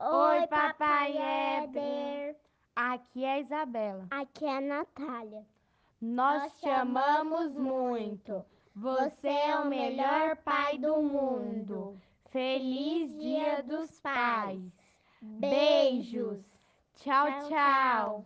Oi, Papai Heber. Aqui é a Isabela. Aqui é a Natália. Nós, te amamos muito. Você é o melhor pai do mundo. Feliz Dia dos Pais. Beijos. Tchau, tchau.